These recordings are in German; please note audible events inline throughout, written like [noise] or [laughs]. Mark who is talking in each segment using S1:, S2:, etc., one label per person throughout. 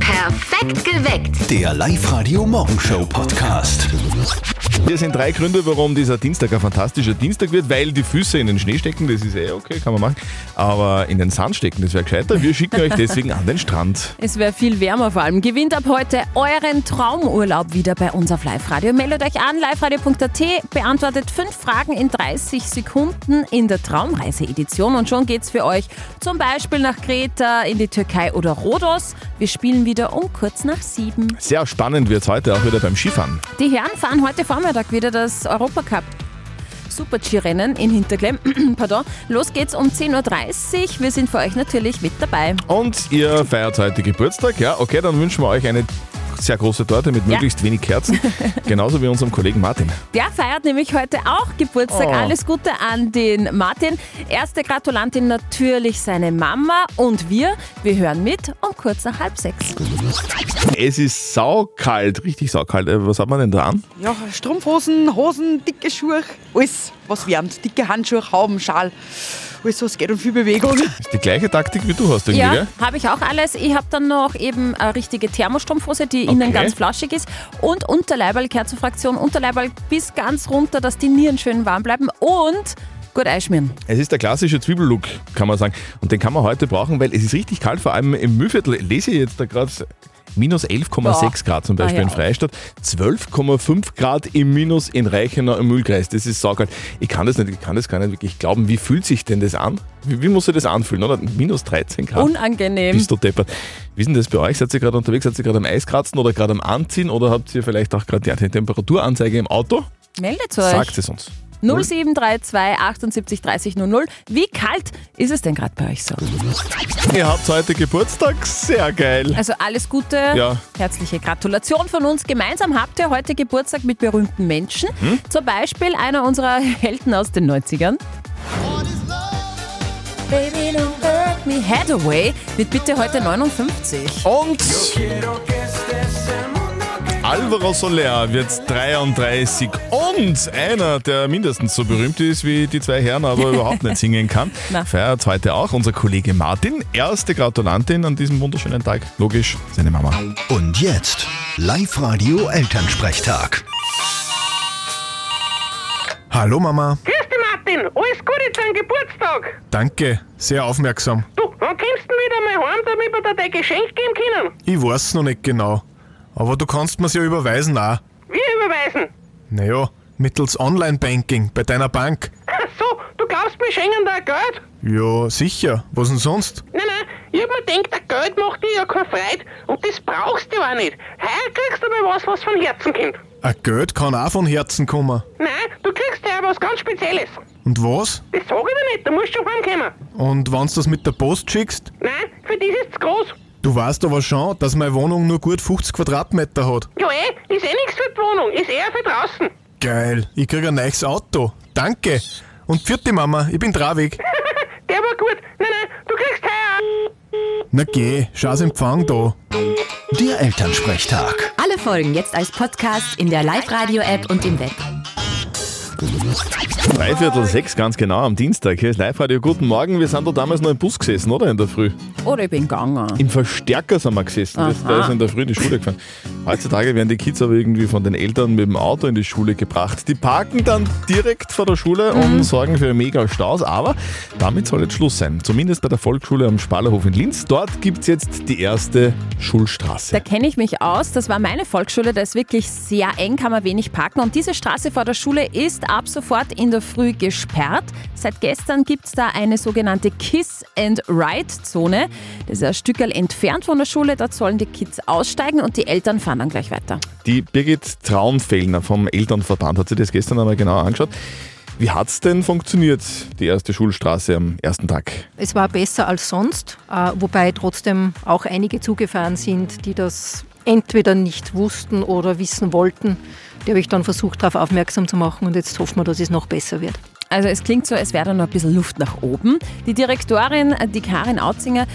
S1: Perfekt geweckt.
S2: Der Live-Radio-Morgenshow-Podcast.
S3: Hier sind drei Gründe, warum dieser Dienstag ein fantastischer Dienstag wird, weil die Füße in den Schnee stecken, das ist eh okay, kann man machen, aber in den Sand stecken, das wäre gescheiter. Wir schicken euch deswegen an den Strand.
S4: Es wäre viel wärmer vor allem. Gewinnt ab heute euren Traumurlaub wieder bei uns auf Live-Radio. Meldet euch an, liveradio.at, beantwortet fünf Fragen in 30 Sekunden in der Traumreise-Edition und schon geht's für euch zum Beispiel nach Kreta, in die Türkei oder Rhodos. Wir spielen wieder um kurz nach sieben.
S3: Sehr spannend wird es heute auch wieder beim Skifahren.
S4: Die Herren fahren heute Vormittag wieder das Europacup. Super-G-Rennen in Hinterklemm. [clears throat] Pardon. Los geht's um 10.30 Uhr. Wir sind für euch natürlich mit dabei.
S3: Und ihr feiert heute Geburtstag, ja, okay, dann wünschen wir euch eine sehr große Torte mit
S4: Ja.
S3: möglichst wenig
S4: [laughs]
S3: Kerzen, genauso wie unserem Kollegen Martin.
S4: Der feiert nämlich heute auch Geburtstag.
S3: Oh.
S4: Alles Gute an den Martin. Erste Gratulantin natürlich seine Mama und wir. Wir hören mit um kurz nach halb sechs.
S3: Es ist saukalt, richtig saukalt. Äh, Was hat man denn da an?
S5: Ja, Strumpfhosen, Hosen, dicke Schuhe, alles, was wärmt. Dicke Handschuhe, Hauben, Schal, alles, was geht und viel Bewegung.
S3: Ist die gleiche Taktik wie du hast irgendwie,
S4: Ja,
S3: gell?
S4: habe ich auch alles. Ich habe dann noch eben eine richtige Thermostrumpfhose, die innen
S3: Okay.
S4: ganz flauschig ist. Und Unterleiberl, gehört zur Fraktion Unterleiberl bis ganz runter, dass die Nieren schön warm bleiben. Und gut einschmieren.
S3: Es ist der klassische Zwiebellook, kann man sagen. Und den kann man heute brauchen, weil es ist richtig kalt, vor allem im Mühlviertel. Lese ich jetzt da gerade minus 11,6
S4: Boah.
S3: Grad zum Beispiel
S4: Ah, ja.
S3: in Freistadt, 12,5 Grad im Minus in Reichenau im Mühlkreis. Das ist saukalt. Ich kann das nicht, ich kann das gar nicht wirklich glauben. Wie fühlt sich denn das an? Wie, wie muss sich das anfühlen, oder? Minus 13 Grad.
S4: Unangenehm.
S3: bist du deppert. Wie ist denn das bei euch? Seid ihr gerade unterwegs? Seid ihr gerade am Eiskratzen oder gerade am Anziehen? Oder habt ihr vielleicht auch gerade die Temperaturanzeige im Auto?
S4: Meldet euch.
S3: Sagt es uns.
S4: 0732 78 30 00. Wie kalt ist es denn gerade bei euch so?
S3: Ihr habt heute Geburtstag. Sehr geil.
S4: Also alles Gute,
S3: Ja.
S4: herzliche Gratulation von uns. Gemeinsam habt ihr heute Geburtstag mit berühmten Menschen. Zum Beispiel einer unserer Helden aus den 90ern. Baby, don't hurt me. Hathaway wird bitte heute 59.
S3: Und Alvaro Soler wird 33 und einer, der mindestens so berühmt ist wie die zwei Herren, aber überhaupt nicht singen kann,
S4: Na.
S3: feiert heute auch unser Kollege Martin. Erste Gratulantin an diesem wunderschönen Tag. Logisch, seine Mama.
S2: Und jetzt Live-Radio Elternsprechtag.
S6: Hallo Mama.
S7: Grüß dich, Martin. Alles Gute zu deinem Geburtstag.
S6: Danke, sehr aufmerksam.
S7: Du, wann kommst du denn wieder mal heim, damit wir dir dein Geschenk geben können?
S6: Ich weiß noch nicht genau. Aber du kannst mir's ja überweisen auch.
S7: Wir überweisen. [laughs]
S6: Naja, mittels Online-Banking bei deiner Bank.
S7: Ach So, du glaubst, wir schenken dir Geld?
S6: Ja, sicher. Was denn sonst?
S7: Nein, nein, ich hab mir gedacht, der Geld macht dir ja keine Freude und das brauchst du auch nicht. Heuer kriegst du mal was, was von Herzen kommt.
S6: Ein Geld kann auch von Herzen kommen.
S7: Nein, du kriegst ja was ganz Spezielles.
S6: Und was?
S7: Das sag ich dir nicht, du musst schon heimkommen.
S6: Und wenn's das mit der Post schickst?
S7: Nein, für das ist zu groß.
S6: Du weißt aber schon, dass meine Wohnung nur gut 50 Quadratmeter hat.
S7: Ja, eh, ist eh nichts für die Wohnung, ist eher für draußen.
S6: Geil, ich krieg ein neues Auto. Danke. Und vierte Mama, ich bin traurig.
S7: Der war gut. Nein, nein, du kriegst heuer.
S6: Na geh, schau's Empfang da.
S2: Der Elternsprechtag.
S8: Alle Folgen jetzt als Podcast in der Live-Radio-App und im Web.
S3: Dreiviertel sechs, ganz genau, am Dienstag. Hier ist Live-Radio. Guten Morgen. Wir sind da damals noch im Bus gesessen, oder? In der Früh.
S4: Oder ich bin gegangen.
S3: Im Verstärker sind wir gesessen. Das, da ist in der Früh in die Schule gefahren. Heutzutage werden die Kids aber irgendwie von den Eltern mit dem Auto in die Schule gebracht. Die parken dann direkt vor der Schule und sorgen für mega Staus. Aber damit soll jetzt Schluss sein. Zumindest bei der Volksschule am Spalerhof in Linz. Dort gibt es jetzt die erste Schulstraße.
S4: Da kenne ich mich aus. Das war meine Volksschule. Da ist wirklich sehr eng, kann man wenig parken. Und diese Straße vor der Schule ist ab sofort in der Früh gesperrt. Seit gestern gibt es da eine sogenannte Kiss-and-Ride-Zone. Das ist ein Stückel entfernt von der Schule. Dort sollen die Kids aussteigen und die Eltern fahren dann gleich weiter.
S3: Die Birgit Traunfellner vom Elternverband hat sich das gestern einmal genau angeschaut. Wie hat es denn funktioniert, die erste Schulstraße am ersten Tag?
S9: Es war besser als sonst, äh, wobei trotzdem auch einige zugefahren sind, die das entweder nicht wussten oder wissen wollten. Die habe ich dann versucht, darauf aufmerksam zu machen und jetzt hoffen wir, dass es noch besser wird.
S4: Also es klingt so, es wäre da noch ein bisschen Luft nach oben. Die Direktorin, die Karin Autzinger,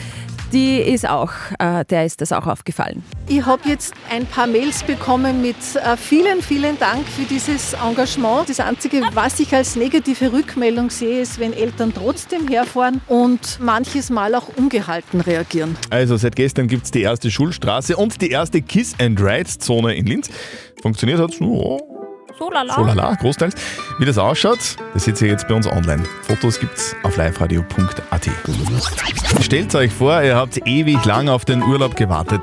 S4: die ist auch, äh, der ist das auch aufgefallen.
S9: Ich habe jetzt ein paar Mails bekommen mit äh, vielen, vielen Dank für dieses Engagement. Das Einzige, was ich als negative Rückmeldung sehe, ist, wenn Eltern trotzdem herfahren und manches Mal auch ungehalten reagieren.
S3: Also seit gestern gibt es die erste Schulstraße und die erste Kiss-and-Ride-Zone in Linz. Funktioniert hat es nur
S4: So lala.
S3: so lala, großteils. Wie das ausschaut, das seht ihr jetzt bei uns online. Fotos gibt's auf liveradio.at. Stellt euch vor, ihr habt ewig lang auf den Urlaub gewartet.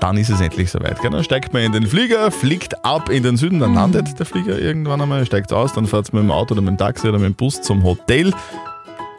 S3: Dann ist es endlich soweit. Gell? Dann steigt man in den Flieger, fliegt ab in den Süden, dann landet der Flieger irgendwann einmal, steigt aus, dann fahrt mit dem Auto oder mit dem Taxi oder mit dem Bus zum Hotel.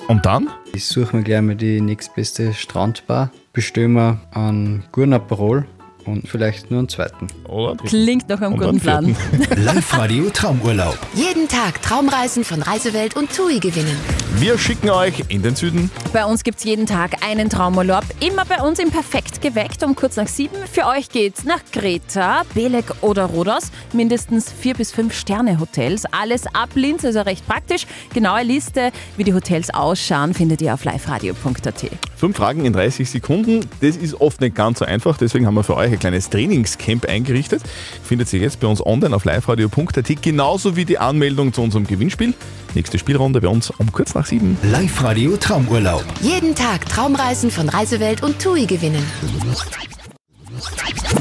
S3: Und dann?
S1: Ich suche mir gleich mal die nächstbeste Strandbar, bestelle mir einen guten Aperol und vielleicht nur einen zweiten.
S3: Oder?
S4: Klingt nach einem
S3: Und
S4: guten
S3: dann
S4: Plan.
S3: vierten.
S2: Live-Radio Traumurlaub.
S8: Jeden Tag Traumreisen von Reisewelt und TUI gewinnen.
S3: Wir schicken euch in den Süden.
S4: Bei uns gibt es jeden Tag einen Traumurlaub. Immer bei uns im Perfekt geweckt um kurz nach sieben. Für euch geht's nach Kreta, Belek oder Rhodos. Mindestens vier bis fünf Sterne Hotels. Alles ab Linz, also recht praktisch. Genaue Liste, wie die Hotels ausschauen, findet ihr auf liveradio.at.
S3: Fünf Fragen in 30 Sekunden. Das ist oft nicht ganz so einfach, deswegen haben wir für euch ein kleines Trainingscamp eingerichtet. Findet ihr jetzt bei uns online auf liveradio.at, genauso wie die Anmeldung zu unserem Gewinnspiel. Nächste Spielrunde bei uns um kurz nach sieben.
S2: Live-Radio Traumurlaub.
S8: Jeden Tag Traumreisen von Reisewelt und TUI gewinnen.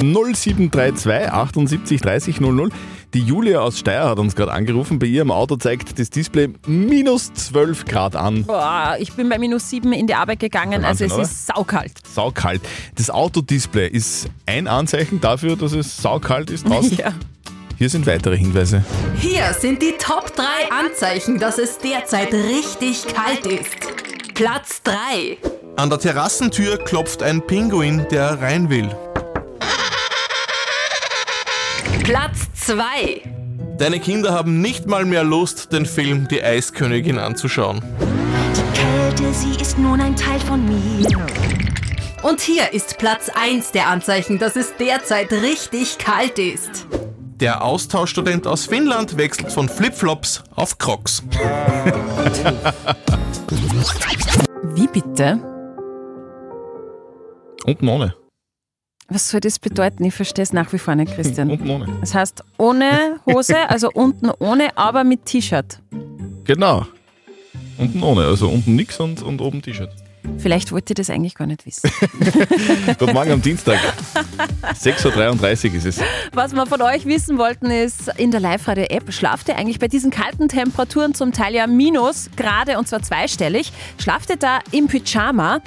S3: 0732 78 30 00. Die Julia aus Steyr hat uns gerade angerufen. Bei ihrem Auto zeigt das Display minus 12 Grad an.
S4: Boah, ich bin bei minus sieben in die Arbeit gegangen, also
S3: Wahnsinn,
S4: es
S3: oder?
S4: ist saukalt.
S3: Saukalt. Das Autodisplay ist ein Anzeichen dafür, dass es saukalt ist draußen.
S4: [laughs] Ja.
S3: Hier sind weitere Hinweise.
S10: Hier sind die Top 3 Anzeichen, dass es derzeit richtig kalt ist. Platz 3.
S6: An der Terrassentür klopft ein Pinguin, der rein will.
S10: Platz 2.
S11: Deine Kinder haben nicht mal mehr Lust, den Film Die Eiskönigin anzuschauen.
S10: Die Kälte, sie ist nun ein Teil von mir. Und hier ist Platz 1 der Anzeichen, dass es derzeit richtig kalt ist.
S11: Der Austauschstudent aus Finnland wechselt von Flipflops auf Crocs.
S4: Wie bitte?
S3: Unten ohne.
S4: Was soll das bedeuten? Ich verstehe es nach wie vor
S3: [laughs]
S4: nicht, Christian.
S3: Unten ohne.
S4: Das heißt, ohne Hose, also unten ohne, aber mit T-Shirt.
S3: Genau. Unten ohne, also unten nix und, und oben T-Shirt.
S4: Vielleicht wollte ich das eigentlich gar nicht wissen.
S3: Dort morgen am [laughs] Dienstag. 6.33 Uhr ist es.
S4: Was wir von euch wissen wollten, ist, in der Live-Radio-App schlaft ihr eigentlich bei diesen kalten Temperaturen zum Teil ja minus, gerade und zwar zweistellig, schlaft ihr da im Pyjama?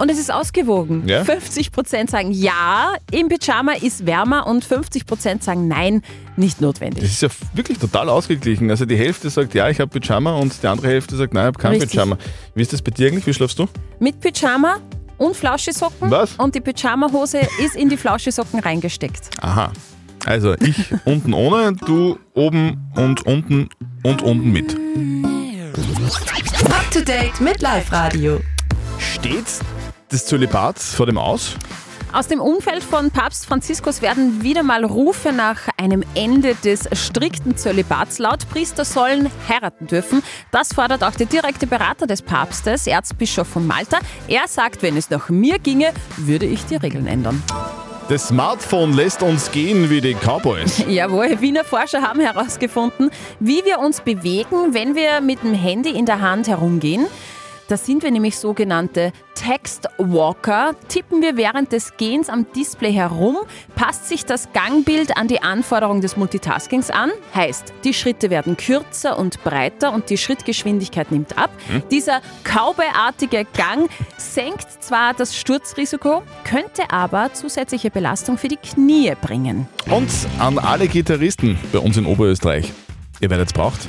S4: Und es ist ausgewogen.
S3: Ja?
S4: 50% sagen ja, im Pyjama ist wärmer und 50% sagen nein, nicht
S3: Das
S4: notwendig.
S3: ist ja wirklich total ausgeglichen. Also die Hälfte sagt, ja, ich habe Pyjama und die andere Hälfte sagt, nein, ich habe kein
S4: Richtig.
S3: Pyjama. Wie ist das bei dir eigentlich? Wie schlafst du?
S4: Mit Pyjama und Flauschisocken
S3: Was?
S4: und die Pyjama-Hose ist in die Flauschisocken reingesteckt.
S3: Aha. Also ich [laughs] unten ohne, du oben und unten und unten mit.
S10: Up to date mit Live Radio.
S3: Steht das Zölibat vor dem Aus?
S4: Aus dem Umfeld von Papst Franziskus werden wieder mal Rufe nach einem Ende des strikten Zölibats laut. Priester sollen heiraten dürfen. Das fordert auch der direkte Berater des Papstes, Erzbischof von Malta. Er sagt, wenn es nach mir ginge, würde ich die Regeln ändern.
S3: Das Smartphone lässt uns gehen wie die [laughs] Cowboys.
S4: [laughs] Jawohl, Wiener Forscher haben herausgefunden, wie wir uns bewegen, wenn wir mit dem Handy in der Hand herumgehen. Das sind wir nämlich sogenannte Textwalker. Tippen wir während des Gehens am Display herum, passt sich das Gangbild an die Anforderung des Multitaskings an. Heißt, die Schritte werden kürzer und breiter und die Schrittgeschwindigkeit nimmt ab. Dieser cowboyartige Gang senkt zwar das Sturzrisiko, könnte aber zusätzliche Belastung für die Knie bringen.
S3: Und an alle Gitarristen bei uns in Oberösterreich. Ihr werdet braucht.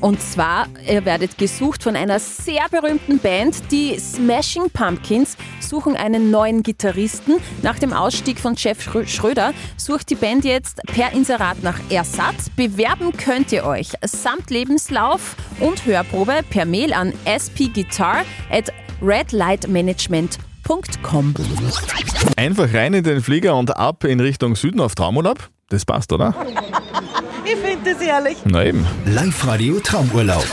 S4: Und zwar, ihr werdet gesucht von einer sehr berühmten Band. Die Smashing Pumpkins suchen einen neuen Gitarristen. Nach dem Ausstieg von Jeff Schrö- Schröder sucht die Band jetzt per Inserat nach Ersatz. Bewerben könnt ihr euch samt Lebenslauf und Hörprobe per Mail an spguitar at redlightmanagement.com.
S3: Einfach rein in den Flieger und ab in Richtung Süden auf Traumurlaub. Das passt, oder?
S5: Ich finde das ehrlich.
S3: Na eben.
S2: Live-Radio Traumurlaub.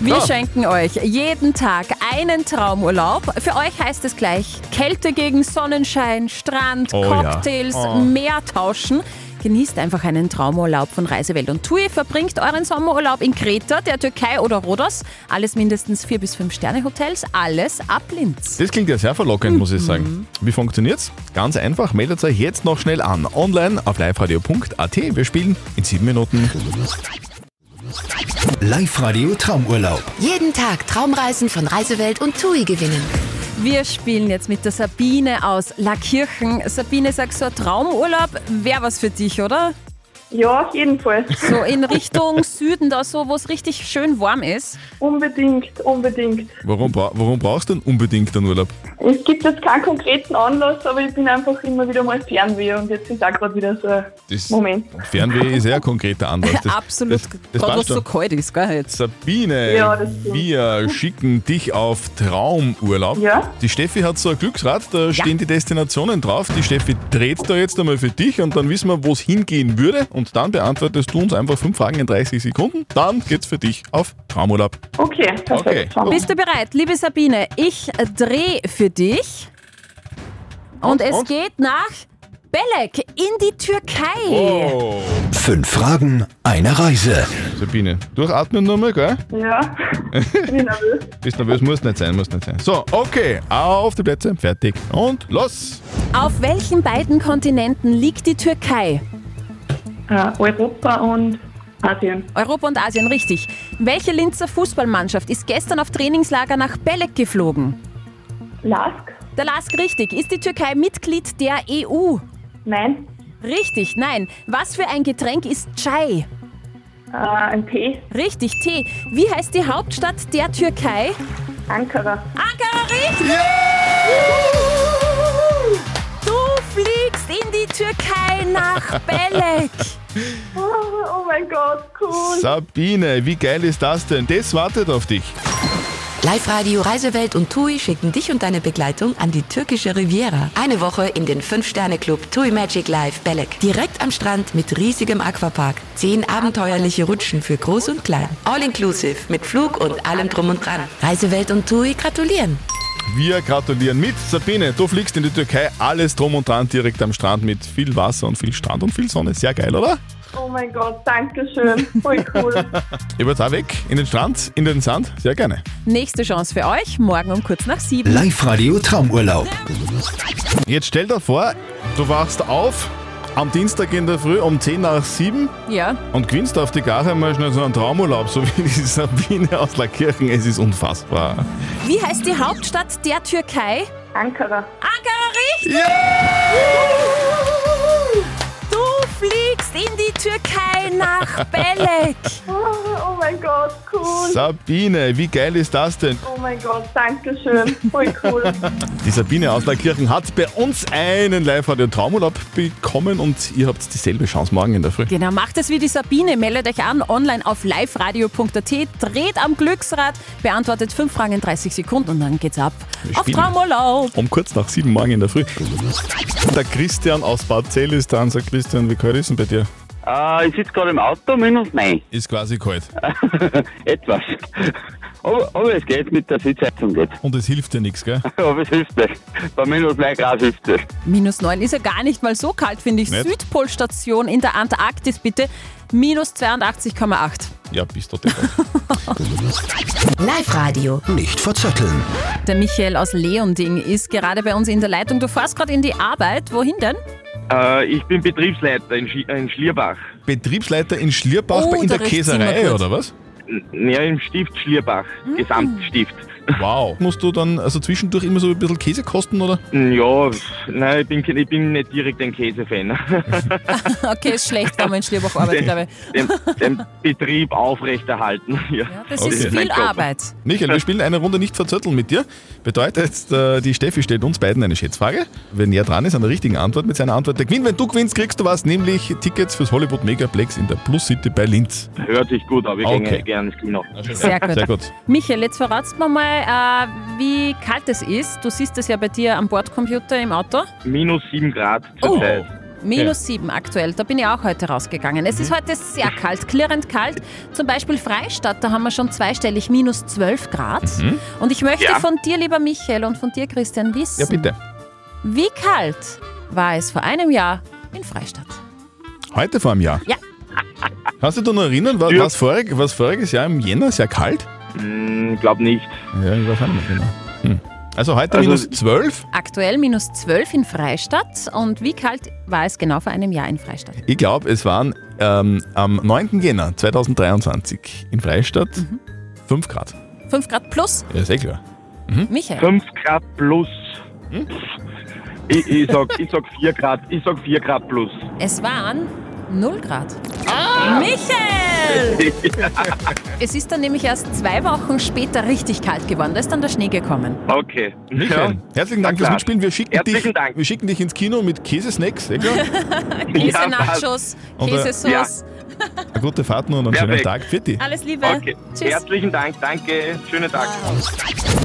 S4: Wir schenken euch jeden Tag einen Traumurlaub. Für euch heißt es gleich Kälte gegen Sonnenschein, Strand,
S12: Oh ja.
S4: Cocktails,
S12: Oh.
S4: Meer tauschen. Genießt einfach einen Traumurlaub von Reisewelt und TUI. Verbringt euren Sommerurlaub in Kreta, der Türkei oder Rhodos. Alles mindestens vier bis fünf Sterne Hotels. Alles ab Linz.
S3: Das klingt ja sehr verlockend, muss ich sagen. Wie funktioniert's? Ganz einfach, meldet euch jetzt noch schnell an. Online auf liveradio.at. Wir spielen in sieben Minuten.
S2: Live-Radio Traumurlaub.
S8: Jeden Tag Traumreisen von Reisewelt und TUI gewinnen.
S4: Wir spielen jetzt mit der Sabine aus La Kirchen. Sabine, sagst du, ein Traumurlaub wäre was für dich, oder?
S13: Ja, auf jeden Fall.
S4: So in
S12: [laughs]
S4: Richtung Süden da so, wo es richtig schön warm ist.
S13: Unbedingt, unbedingt.
S3: Warum, bra warum brauchst du denn unbedingt einen Urlaub?
S13: Es gibt jetzt keinen konkreten Anlass, aber ich bin einfach immer wieder mal Fernweh und jetzt ist auch gerade wieder so ein
S3: Das-
S13: Moment.
S3: Fernweh ist ja ein konkreter
S13: [laughs]
S3: Anlass.
S13: Absolut.
S4: Gerade
S3: passt
S4: was so
S3: schon.
S4: kalt ist, gell? Jetzt.
S3: Sabine,
S13: Ja, das stimmt.
S3: wir schicken dich auf Traumurlaub.
S13: Ja.
S3: Die Steffi hat so ein Glücksrad, da stehen die Destinationen drauf. Die Steffi dreht da jetzt einmal für dich und dann wissen wir, wo es hingehen würde. Und dann beantwortest du uns einfach fünf Fragen in 30 Sekunden. Dann geht's für dich auf Traumurlaub.
S13: Okay,
S3: perfekt. Okay.
S4: Bist du bereit, liebe Sabine? Ich drehe für dich. Und, es geht nach Belek in die Türkei.
S3: Oh.
S2: Fünf Fragen, eine Reise.
S3: Sabine, durchatmen nochmal, gell? [laughs]
S13: Ja.
S3: Bist nervös, muss nicht sein, muss nicht sein. So, okay, auf die Plätze, fertig und los!
S4: Auf welchen beiden Kontinenten liegt die Türkei?
S13: Äh, Europa und Asien.
S4: Europa und Asien, richtig. Welche Linzer Fußballmannschaft ist gestern auf Trainingslager nach Belek geflogen?
S13: Lask.
S4: Der Lask, richtig. Ist die Türkei Mitglied der EU?
S13: Nein.
S4: Richtig, nein. Was für ein Getränk ist Chai?
S13: äh, ein Tee.
S4: Richtig, Tee. Wie heißt die Hauptstadt der Türkei?
S13: Ankara.
S4: Ankara, richtig! Du fliegst in die Türkei nach
S3: [laughs]
S4: Belek.
S13: Oh, oh mein Gott, cool.
S3: Sabine, wie geil ist das denn? Das wartet auf dich.
S8: Live-Radio Reisewelt und TUI schicken dich und deine Begleitung an die türkische Riviera. Eine Woche in den 5-Sterne-Club TUI Magic Live Belek. Direkt am Strand mit riesigem Aquapark. Zehn abenteuerliche Rutschen für Groß und Klein. All-inclusive mit Flug und allem Drum und Dran. Reisewelt und TUI gratulieren.
S3: Wir gratulieren mit Sabine. Du fliegst in die Türkei, alles drum und dran direkt am Strand mit viel Wasser und viel Strand und viel Sonne. Sehr geil, oder?
S13: Oh mein Gott, danke schön. Voll
S3: [laughs]
S13: cool.
S3: Ihr wollt auch weg in den Strand, in den Sand? Sehr gerne.
S4: Nächste Chance für euch, morgen um kurz nach sieben.
S2: Live-Radio Traumurlaub.
S3: Jetzt stell dir vor, du wachst auf am Dienstag in der Früh um 10 nach 7
S4: Ja.
S3: und gewinnst auf die Gache mal schnell so einen Traumurlaub, so wie die Sabine aus La Kirchen. Es ist unfassbar.
S4: Wie heißt die Hauptstadt der Türkei?
S13: Ankara.
S4: Ankara, richtig! Du fliegst in die Türkei
S3: [laughs]
S4: nach Belek.
S13: Oh, oh mein Gott, cool.
S3: Sabine, wie geil ist das denn?
S13: Oh mein Gott, danke schön. Voll cool.
S3: Die Sabine aus Neukirchen hat bei uns einen Live-Radio Traumurlaub bekommen und ihr habt dieselbe Chance morgen in der Früh.
S4: Genau, macht es wie die Sabine, meldet euch an online auf liveradio.at, dreht am Glücksrad, beantwortet fünf Fragen in 30 Sekunden und dann geht's ab
S3: Wir
S4: auf
S3: spielen.
S4: Traumurlaub.
S3: Um kurz nach sieben morgen in der Früh. Der Christian aus Bad Zell ist dran. Sag Christian, wie kalt ist denn bei dir?
S14: Ah, ich sitze gerade im Auto, minus 9.
S3: Ist quasi kalt.
S14: Etwas. Aber, aber es geht mit der Sitzheizung geht. [laughs]
S3: Und es hilft dir nichts, gell?
S14: aber es hilft nicht. Bei minus 9 Grad hilft es.
S4: Minus neun ist ja gar nicht mal so kalt, finde ich.
S14: Nicht?
S4: Südpolstation in der Antarktis bitte, minus 82,8.
S3: Ja, bist du der.
S8: Live-Radio.
S2: Nicht verzetteln.
S4: Der Michael aus Leonding ist gerade bei uns in der Leitung. Du fährst gerade in die Arbeit, wohin denn?
S15: Äh, ich bin Betriebsleiter in, Schli- in Schlierbach.
S3: [laughs] Betriebsleiter in Schlierbach
S15: Oh,
S3: bei in
S15: da
S3: der
S15: riecht's immer
S3: Käserei,
S15: gut.
S3: oder was?
S15: Ja, im Stift Schlierbach. Gesamtstift.
S3: Wow. Musst du dann also zwischendurch immer so ein bisschen Käse kosten, oder?
S15: Ja, nein, ich bin, kein- ich bin nicht direkt ein Käsefan.
S4: okay, ist schlecht, wenn man in Schlierbach arbeitet, glaube ich.
S15: den, den Betrieb aufrechterhalten. [laughs] Ja,
S4: das ist viel
S15: mein Job.
S4: Arbeit.
S3: Michael, wir spielen eine Runde nicht verzötteln mit dir. Bedeutet, äh, die Steffi stellt uns beiden eine Schätzfrage. Wer näher dran ist an der richtigen Antwort mit seiner Antwort, der gewinnt. Wenn du gewinnst, kriegst du was, nämlich Tickets fürs Hollywood Megaplex in der Plus City bei Linz.
S15: Hört sich gut, aber ich
S3: Okay.
S15: gehe gerne ins Kino.
S4: Sehr gut.
S3: Sehr gut.
S4: Michael, jetzt verratst mir mal, äh, wie kalt es ist. Du siehst es ja bei dir am Bordcomputer im Auto.
S9: Oh.
S15: Minus 7 Grad zurzeit.
S4: Oh, Minus 7 aktuell, da bin ich auch heute rausgegangen. Es
S3: Mhm.
S4: ist heute sehr kalt, klirrend kalt. Zum Beispiel Freistadt, da haben wir schon zweistellig minus 12 Grad.
S3: Mhm.
S4: Und ich möchte
S3: Ja.
S4: von dir, lieber Michael, und von dir, Christian, wissen,
S3: Ja, bitte.
S4: wie kalt war es vor einem Jahr in Freistadt?
S3: Heute vor einem Jahr.
S4: Ja.
S3: Kannst du dich noch erinnern, war, war's vorig, war's voriges Jahr im Jänner sehr kalt?
S15: Hm, glaub nicht.
S3: Ja, ich weiß auch nicht mehr genau. Hm. Also heute
S15: Also-
S3: minus 12.
S4: Aktuell minus 12 in Freistadt. Und wie kalt war es genau vor einem Jahr in Freistadt?
S3: Ich glaube, es waren ähm, am 9. Jänner 2023 in Freistadt 5 Grad.
S4: 5 Grad plus,
S3: Ja, ist eh klar.
S4: Michael.
S15: 5 Grad plus. Ich, ich, sag, ich sag 4 Grad, ich sag 4 Grad plus.
S4: Es waren 0 Grad. Michael! Es ist dann nämlich erst zwei Wochen später richtig kalt geworden. Da ist dann der Schnee gekommen.
S15: Okay.
S3: Michael, herzlichen Dank fürs
S15: Na klar.
S3: Mitspielen. Wir schicken, dich,
S15: Herzlichen Dank.
S3: wir schicken dich ins Kino mit Käsesnacks, eh klar?
S15: [laughs]
S4: Käse Nachos,
S3: Und, äh,
S4: Käsesauce.
S3: Eine gute Fahrt nur und einen schönen
S15: Perfekt.
S3: Tag. Pfiat
S4: Alles Liebe. Tschüss.
S15: Herzlichen Dank, danke, schönen Tag.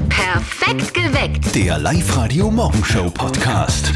S10: Perfekt geweckt.
S2: Der Live-Radio Morgenshow Podcast.